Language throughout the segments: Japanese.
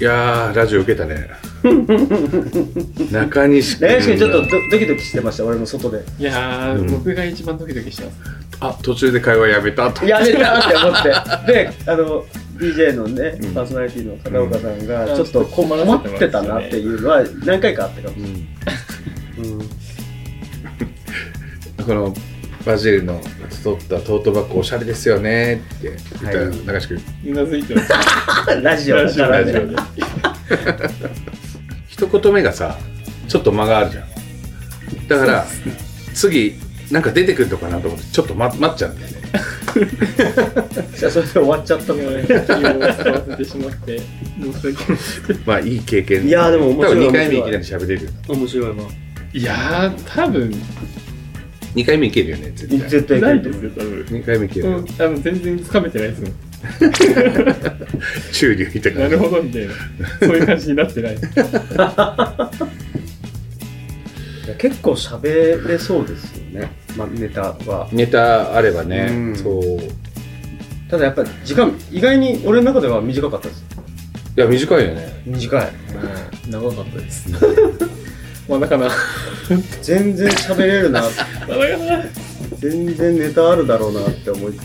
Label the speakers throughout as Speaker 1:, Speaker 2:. Speaker 1: いやーラジオ受けたね中西君
Speaker 2: ね確かにちょっとドドキドキしてました俺も外で
Speaker 3: いやー、
Speaker 1: うん
Speaker 3: 僕が一番ドキドキした
Speaker 1: あ途中で会話やめたと
Speaker 2: やめたって思 ってであの DJ のね、
Speaker 1: うん
Speaker 2: パーソナリティの片岡さんが
Speaker 3: うん
Speaker 2: ちょっと困
Speaker 3: 困っ
Speaker 2: って
Speaker 3: て
Speaker 2: た
Speaker 3: た
Speaker 2: な
Speaker 3: な
Speaker 2: っていうのは何回かあったかもし
Speaker 1: うん
Speaker 2: れない、
Speaker 1: このバジルの取ったトートバッグおしゃれですよねって言ったら
Speaker 2: はい
Speaker 1: 中西君
Speaker 3: うなずいてました
Speaker 2: うんラジオ
Speaker 3: ラ
Speaker 2: だ
Speaker 3: ジオ
Speaker 2: から
Speaker 3: ラジオ
Speaker 2: ね
Speaker 3: で
Speaker 1: 一言目がさちょっと間があるじゃんだから次なんか出てくるのかなと思ってちょっと待待っちゃうんだよね
Speaker 2: じゃあそれで終わっちゃったもんね
Speaker 3: 気を使わせてしまって申し訳ない
Speaker 1: まあいい経験
Speaker 2: いやーでも面白い
Speaker 1: 多分2回目い
Speaker 2: 面
Speaker 1: きなり喋れる
Speaker 2: 面白いない
Speaker 3: やー多分
Speaker 1: 2回目いけるよね絶対
Speaker 2: 絶対いけ
Speaker 3: ない
Speaker 2: ると
Speaker 3: です
Speaker 2: 思
Speaker 3: よ
Speaker 2: う
Speaker 3: 多分
Speaker 1: 2回目いけるよ、
Speaker 3: うん多分全然つかめてないですもん
Speaker 1: 中流みたいな
Speaker 3: なるほどみたいなそういう感じになって ない
Speaker 2: いや結構喋れそうですよね、まあ、ネタは
Speaker 1: ネタあればね、
Speaker 2: うん
Speaker 1: そうい
Speaker 2: ただやっぱり時間意外に俺の中では短かったです
Speaker 1: や短いよね
Speaker 2: 短い
Speaker 3: 長かったです まだかな
Speaker 2: 全然喋れるな
Speaker 3: まだかな
Speaker 2: 全然ネタあるだろうなって思いつつ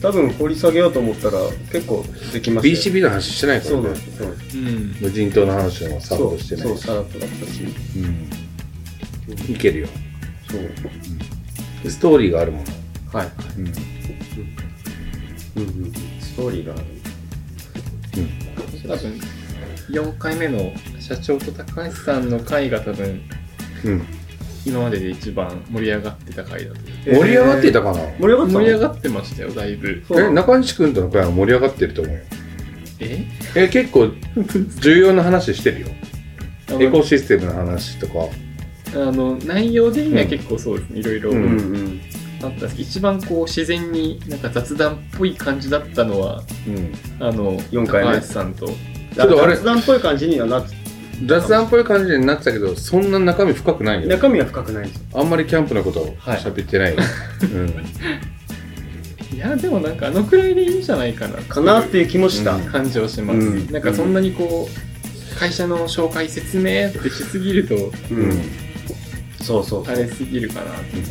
Speaker 2: 多分掘り下げようと思ったら結構できました
Speaker 1: BCB の話してないから
Speaker 2: そうなん
Speaker 1: ね
Speaker 2: ですそうなんです
Speaker 3: うん
Speaker 1: 無人島の話はサポートしてない
Speaker 2: そうそうさらっとだったし
Speaker 1: うん、いけるよ
Speaker 2: そう
Speaker 1: ストーリーがあるもの、
Speaker 2: はいはい、
Speaker 1: うん
Speaker 2: うんうん、ストーリーがある
Speaker 3: 多分4回目の社長と高橋さんの回が多分今までで一番盛り上がってた回だと
Speaker 1: 盛り上がって
Speaker 2: た
Speaker 1: たかな、
Speaker 2: 盛り上がった
Speaker 3: 盛り上
Speaker 2: がっ
Speaker 3: がってましたよだいぶ
Speaker 2: そうな
Speaker 1: え
Speaker 2: の
Speaker 1: 中西君との会は盛り上がってると思うよ
Speaker 3: え
Speaker 1: え結構重要な話して るよ
Speaker 3: あ
Speaker 1: エコ
Speaker 3: の
Speaker 1: システムの話とか
Speaker 3: あの内容的には結構そうですねいろいろ
Speaker 1: う
Speaker 2: うんん
Speaker 3: あ
Speaker 2: うん
Speaker 3: ったんですけど一番こう自然になんか雑談っぽい感じだったのは
Speaker 1: うん
Speaker 3: あの
Speaker 2: 四回目
Speaker 3: 高橋さんと
Speaker 1: ちょっとあれ
Speaker 2: 雑談っぽい感じにはなって
Speaker 1: 雑談っぽい感じになってたけどそんな中身深くないよ
Speaker 2: 中身は深くないんですよ
Speaker 1: あんまりキャンプのことを喋って ない、うん、
Speaker 3: いやでもなんかあのくらいでいいんじゃないかな
Speaker 2: かなっていう気もした、
Speaker 1: うん
Speaker 3: 感じをします、
Speaker 2: うん
Speaker 3: なんかそんなにこう会社の紹介説明ってしすぎると
Speaker 2: うんそうそう
Speaker 3: あれすぎるかなって思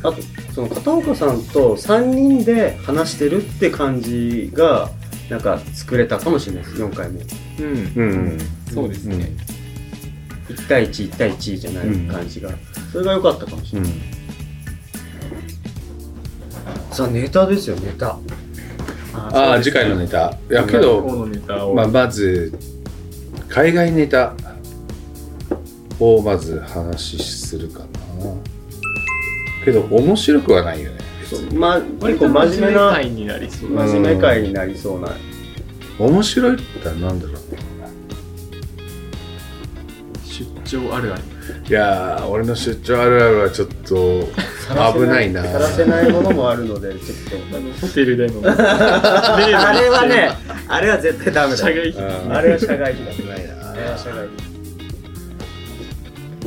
Speaker 2: あとその片岡さんと3人で話してるって感じがなんか作れたかもしれないです4回も
Speaker 3: うんで、
Speaker 1: うんうん
Speaker 3: うん、そうですね、
Speaker 2: 1対11対1じゃない感じが、それが良かったかもしれ
Speaker 1: う
Speaker 2: ない、
Speaker 1: ん
Speaker 2: さあネタですよネタ
Speaker 1: ああ
Speaker 2: そうです
Speaker 1: 次回のネタいや
Speaker 3: だ
Speaker 1: けど
Speaker 3: 今日のネタを、
Speaker 1: まあ、まず海外ネタをまず話しするかなけど面白くはないよね
Speaker 2: そうま、結
Speaker 3: 割
Speaker 2: 構
Speaker 3: と
Speaker 2: 真面
Speaker 3: 真面
Speaker 2: 目
Speaker 3: 目
Speaker 2: な
Speaker 3: 会になりそう
Speaker 1: な
Speaker 2: 真面目会になりそうな
Speaker 1: 面白いってなんだろう
Speaker 3: 出張あるある
Speaker 1: いやー俺の出張あるあるはちょっと危ないな
Speaker 2: さらせないものもあるのでちょっ
Speaker 3: あのホテルで の
Speaker 2: とあれは ねあれは絶対ダメ
Speaker 3: 社
Speaker 2: だよ
Speaker 3: 外
Speaker 1: うん
Speaker 2: あれは社外費だ
Speaker 1: 危ない
Speaker 2: あれ
Speaker 1: な
Speaker 2: は社外費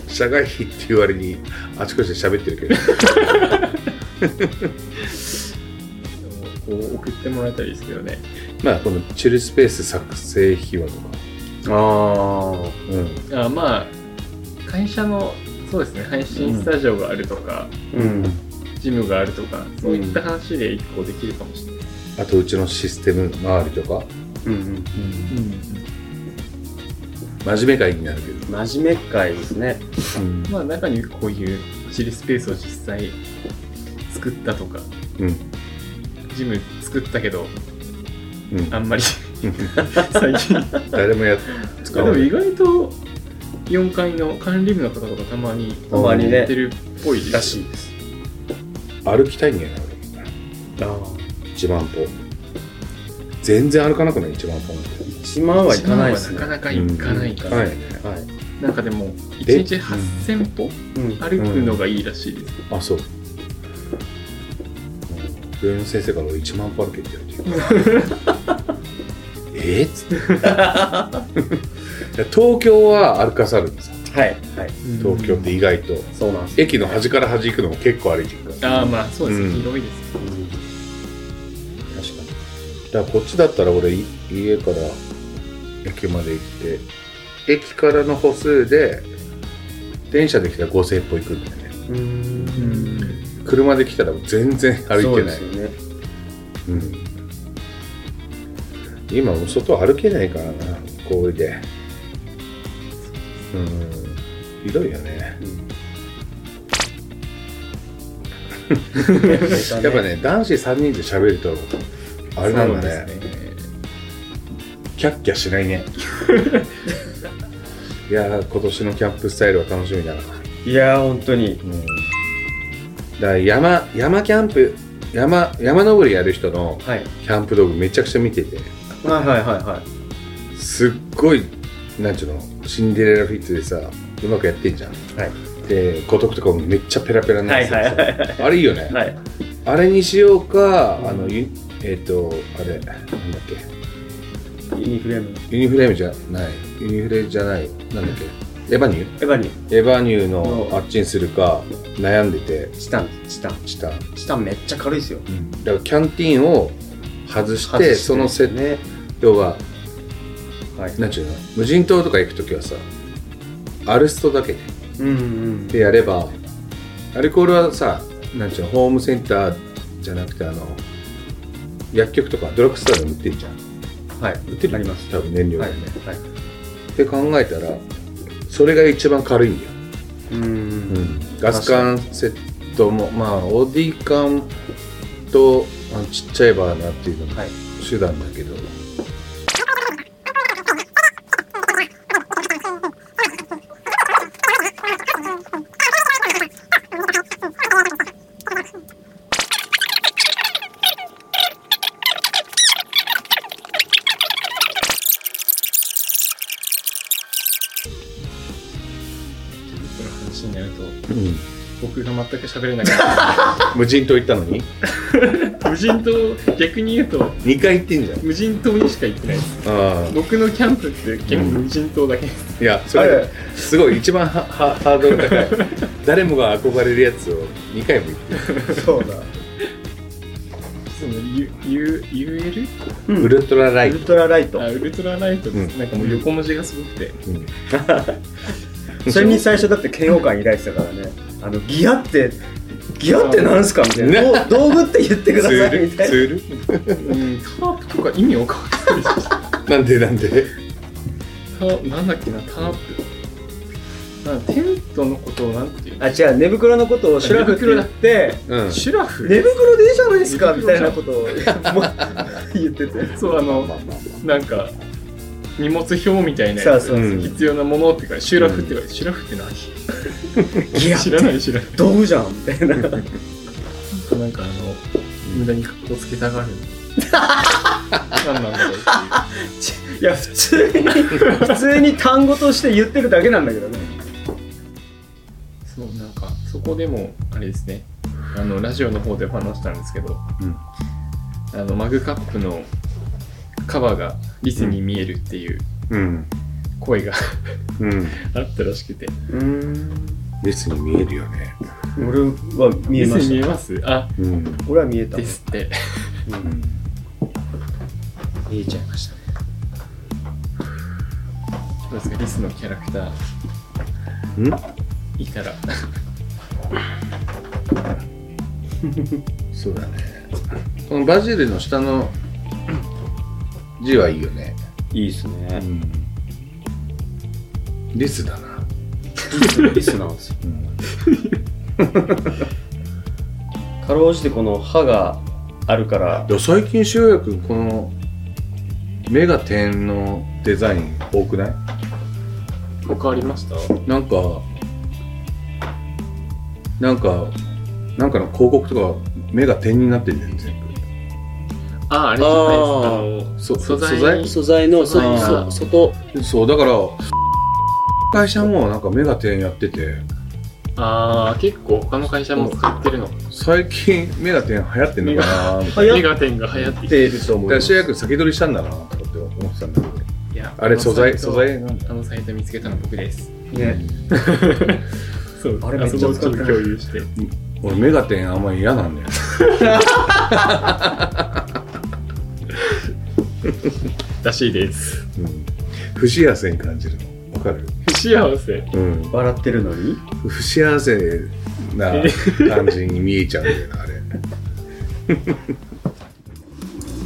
Speaker 1: 社外費っていう割にあちこちで喋ってるけど
Speaker 3: こう送ってもらいたいですけどね
Speaker 1: まあこのチルスペース作成秘話とか
Speaker 2: あ
Speaker 1: うん
Speaker 3: あまあ会社のそうですね配信スタジオがあると
Speaker 2: あ
Speaker 3: か、
Speaker 2: うん
Speaker 3: ジムがあるとかそういった話で一個できるかもしれない、
Speaker 1: あとうちのシステム周りとか、
Speaker 2: うん
Speaker 1: 真面目会になるけど、
Speaker 2: うん真面目会ですね
Speaker 1: うん
Speaker 3: まあ中にこういうチリスペースを実際作ったとかジム作ったけ
Speaker 1: う
Speaker 3: ど
Speaker 1: ん
Speaker 3: あ んまり最近
Speaker 1: 誰もやっ使
Speaker 3: で
Speaker 1: わ
Speaker 3: も
Speaker 1: な
Speaker 3: 意
Speaker 1: い
Speaker 3: 外と4階の管理部の方とかたまに
Speaker 2: たまに
Speaker 3: やっ
Speaker 2: ね
Speaker 3: てるっぽいです
Speaker 2: らしいです
Speaker 1: 歩きたいんだよな
Speaker 2: ああ
Speaker 1: 俺1万歩全然歩かなくない1万歩
Speaker 2: 1万はいかないですね
Speaker 3: なか
Speaker 2: は
Speaker 3: なか行かないから、
Speaker 1: うん行かないね
Speaker 2: い、
Speaker 3: なんかでも
Speaker 1: で
Speaker 3: 1日8000歩
Speaker 2: うん、
Speaker 3: 歩くのがいいらしいです、
Speaker 1: あそう病院の先生から俺1万歩歩けって言われて えっつって 東京は歩かされるんですよ
Speaker 2: はいはい
Speaker 1: 東京って意外と
Speaker 2: そうなんです
Speaker 1: 駅の端から端行くのも結構歩いていくから
Speaker 3: ああまあそうですね、
Speaker 1: うん
Speaker 3: 広いです
Speaker 2: うん
Speaker 1: 確かだからこっちだったら俺い家から駅まで行って駅からの歩数で電車で来たら5000歩行くんだよね
Speaker 2: うーん
Speaker 1: 車で来たら全然歩いてない
Speaker 2: そうですよね
Speaker 1: うん、今もう外歩けないからな氷でうんひどいよねやっぱね男子3人で喋るとあれなんだね
Speaker 3: そうですね
Speaker 1: キャッキャしないねいやー今年のキャンプスタイルは楽しみだな、う
Speaker 2: いやー本当に
Speaker 1: ん、だから山山キャンプ山山登りやる人の
Speaker 2: はい
Speaker 1: キャンプ道具めちゃくちゃ見てて
Speaker 2: はいはいはいはい
Speaker 1: すっごいなんちゅうのシンデレラフィッツでさうまくやってんじゃん、はい、で五徳とかもめっちゃペラペラなやつ、
Speaker 2: はいはいはい
Speaker 1: あれいいよね、
Speaker 2: はい
Speaker 1: あれにしようか、
Speaker 2: うん
Speaker 1: あのゆえっ、とあれなんだっけ
Speaker 2: ユニフレーム
Speaker 1: ユニフレームじゃないユニフレじゃないなんだっけエヴァニュ
Speaker 2: エヴァに
Speaker 1: ーエヴァニューの
Speaker 2: うん
Speaker 1: あっちにするか悩んでて
Speaker 2: チタンチタン
Speaker 1: した、だか
Speaker 2: チタンめっちゃ軽いですよ
Speaker 1: らキャンティーンを外して
Speaker 2: 外して
Speaker 1: そのセット
Speaker 2: ね
Speaker 1: 要は
Speaker 2: はい
Speaker 1: なんちゅうの無人島とか行く時はさアルストだけで
Speaker 2: うんうん
Speaker 1: でやればアルコールはさなんちゅうのホームセンターじゃなくてあの薬局とかドラッグストアでも売ってんじゃん
Speaker 2: はい
Speaker 1: 売ってる
Speaker 2: あります
Speaker 1: 多分燃料が
Speaker 2: はい
Speaker 1: ね、
Speaker 2: はい
Speaker 1: って考えたらそれが一番軽いんだよ、
Speaker 2: うんうん
Speaker 1: ガス缶セットもまあオーディ缶とあのちっちゃいバーナーっていうのが
Speaker 2: はい
Speaker 1: 手段だけど、
Speaker 3: キャンプの話になると
Speaker 1: うん
Speaker 3: 僕が全く喋れなかっ
Speaker 1: 無人島行ったのに
Speaker 3: た無人島逆に言うと
Speaker 1: 2回行ってんじゃん
Speaker 3: 無人島にしか行ってないです
Speaker 1: あ
Speaker 3: 僕のキャンプって結構無人島だけです、
Speaker 1: あいやそれすごい一番ははハードル高い 誰もが憧れるやつを2回も行ってる
Speaker 2: そうだ
Speaker 3: そのゆゆ UL?
Speaker 1: ウルトラライ
Speaker 2: ウ
Speaker 1: ト
Speaker 2: ル、トラライト
Speaker 3: あウルトラライトです、
Speaker 1: う
Speaker 3: なんかもう横文字がすごくて
Speaker 1: うん
Speaker 2: それに最初だって嫌悪感抱いてたからねあのギアってギアってなんすかみたいな、
Speaker 1: ね
Speaker 2: 道道具って言ってく
Speaker 1: ツ
Speaker 2: ださい
Speaker 1: ー
Speaker 2: み
Speaker 1: ルツ
Speaker 2: たいな
Speaker 1: ー
Speaker 3: うん、タープとか意味わかんないし
Speaker 1: ルなんでなんで
Speaker 3: ターなんだっけな、タープ。なんかテントのことをなんていうの
Speaker 2: あ違う寝袋のことをシュラフって言 って
Speaker 1: うん
Speaker 3: シュラフ
Speaker 2: 寝袋でいいじゃないですか
Speaker 3: 寝
Speaker 2: みた
Speaker 3: 袋
Speaker 2: い
Speaker 3: じゃん
Speaker 2: な ことをもう言ってて
Speaker 3: そう、あ
Speaker 1: まあ
Speaker 3: の、
Speaker 1: まあ
Speaker 3: なんか、荷物表みたいな
Speaker 2: そ
Speaker 3: や
Speaker 2: う
Speaker 3: つ。
Speaker 2: そうそう、
Speaker 1: うん
Speaker 3: 必要なものってから、シュラフって言われて、シュラフって何
Speaker 2: ギア
Speaker 3: 知らない、知らな
Speaker 2: 道具じゃんみたいな
Speaker 3: い。なんかあの、無駄に格好つけたがる。何なんだろうって
Speaker 2: いや普通に普通に単語として言ってるだけなんだけどね
Speaker 3: いう。そう、なんか、そこでも、あれですね、あの、ラジオの方でも話したんですけど、
Speaker 1: うん
Speaker 3: あの、マグカップのカバーがリスに見えるっていう
Speaker 1: うん
Speaker 3: 声が
Speaker 1: うん
Speaker 3: あったらしくて。
Speaker 2: うーん
Speaker 1: リスに見えるよね
Speaker 2: 俺は見えま
Speaker 3: リス見
Speaker 2: し
Speaker 3: え
Speaker 2: た
Speaker 3: ますあ、
Speaker 1: うん
Speaker 2: 俺は見えた
Speaker 3: ですって。
Speaker 1: うん
Speaker 2: 見えちゃいましたね
Speaker 3: どうですかリスのキャラクター
Speaker 1: ん
Speaker 3: いたら。
Speaker 1: そうだねこのバジルの下の字はいいよね
Speaker 2: いいっすね
Speaker 1: んリスだな、
Speaker 2: リスなんですよ
Speaker 1: うん、
Speaker 2: かろうじてこの歯があるから
Speaker 1: でも最近塩谷君この目が点のデザイン多くない
Speaker 3: 他ありました
Speaker 1: なんかなんかなんかの広告とか目が点になってんだよね全
Speaker 3: あ、あれじゃ
Speaker 4: あ
Speaker 3: ないですかあの。
Speaker 1: 部そ
Speaker 3: 素材
Speaker 4: 素材のそ
Speaker 3: 素材
Speaker 4: そ外
Speaker 1: そうだから会社もなんか目が点やってて
Speaker 3: あー、結構他の会社も使ってるの。
Speaker 1: 最近目が点流行ってんのかな みたいな
Speaker 2: 流
Speaker 3: メガテンが流行って
Speaker 2: っ
Speaker 3: きて。
Speaker 2: ていると思
Speaker 1: だから
Speaker 2: います
Speaker 1: 主役先取りしたんだなとかって思ってたんだけど
Speaker 3: いや
Speaker 1: あれ素材
Speaker 3: サイト
Speaker 1: 素材なん
Speaker 3: あのサイト見つけたの僕です。
Speaker 2: ね
Speaker 3: そう、
Speaker 2: あれめっちゃ
Speaker 3: そこをちょ
Speaker 2: 使っ
Speaker 3: っと
Speaker 2: てる
Speaker 3: 共有して。
Speaker 1: 俺メガテンあんまり嫌なんだよ
Speaker 3: らしいです。
Speaker 1: うん、不幸せに感じるのわかる、
Speaker 3: 不幸せ。
Speaker 1: うん、
Speaker 2: 笑ってるのに
Speaker 1: 不幸せな感じに見えちゃうんだよなあれ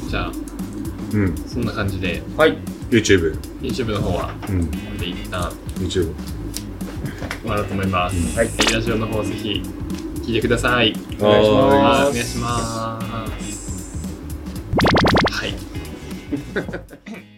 Speaker 3: じゃあ、
Speaker 1: うん
Speaker 3: そんな感じで、
Speaker 2: はい
Speaker 1: YouTube、
Speaker 3: YouTube の方は、
Speaker 1: うん、
Speaker 3: これで一旦
Speaker 1: YouTube
Speaker 3: 終わろうと思います。
Speaker 1: うん
Speaker 2: はい
Speaker 3: ラジオの方ぜひ、聞いてください。
Speaker 1: お願いします
Speaker 3: はいお願いします。はい。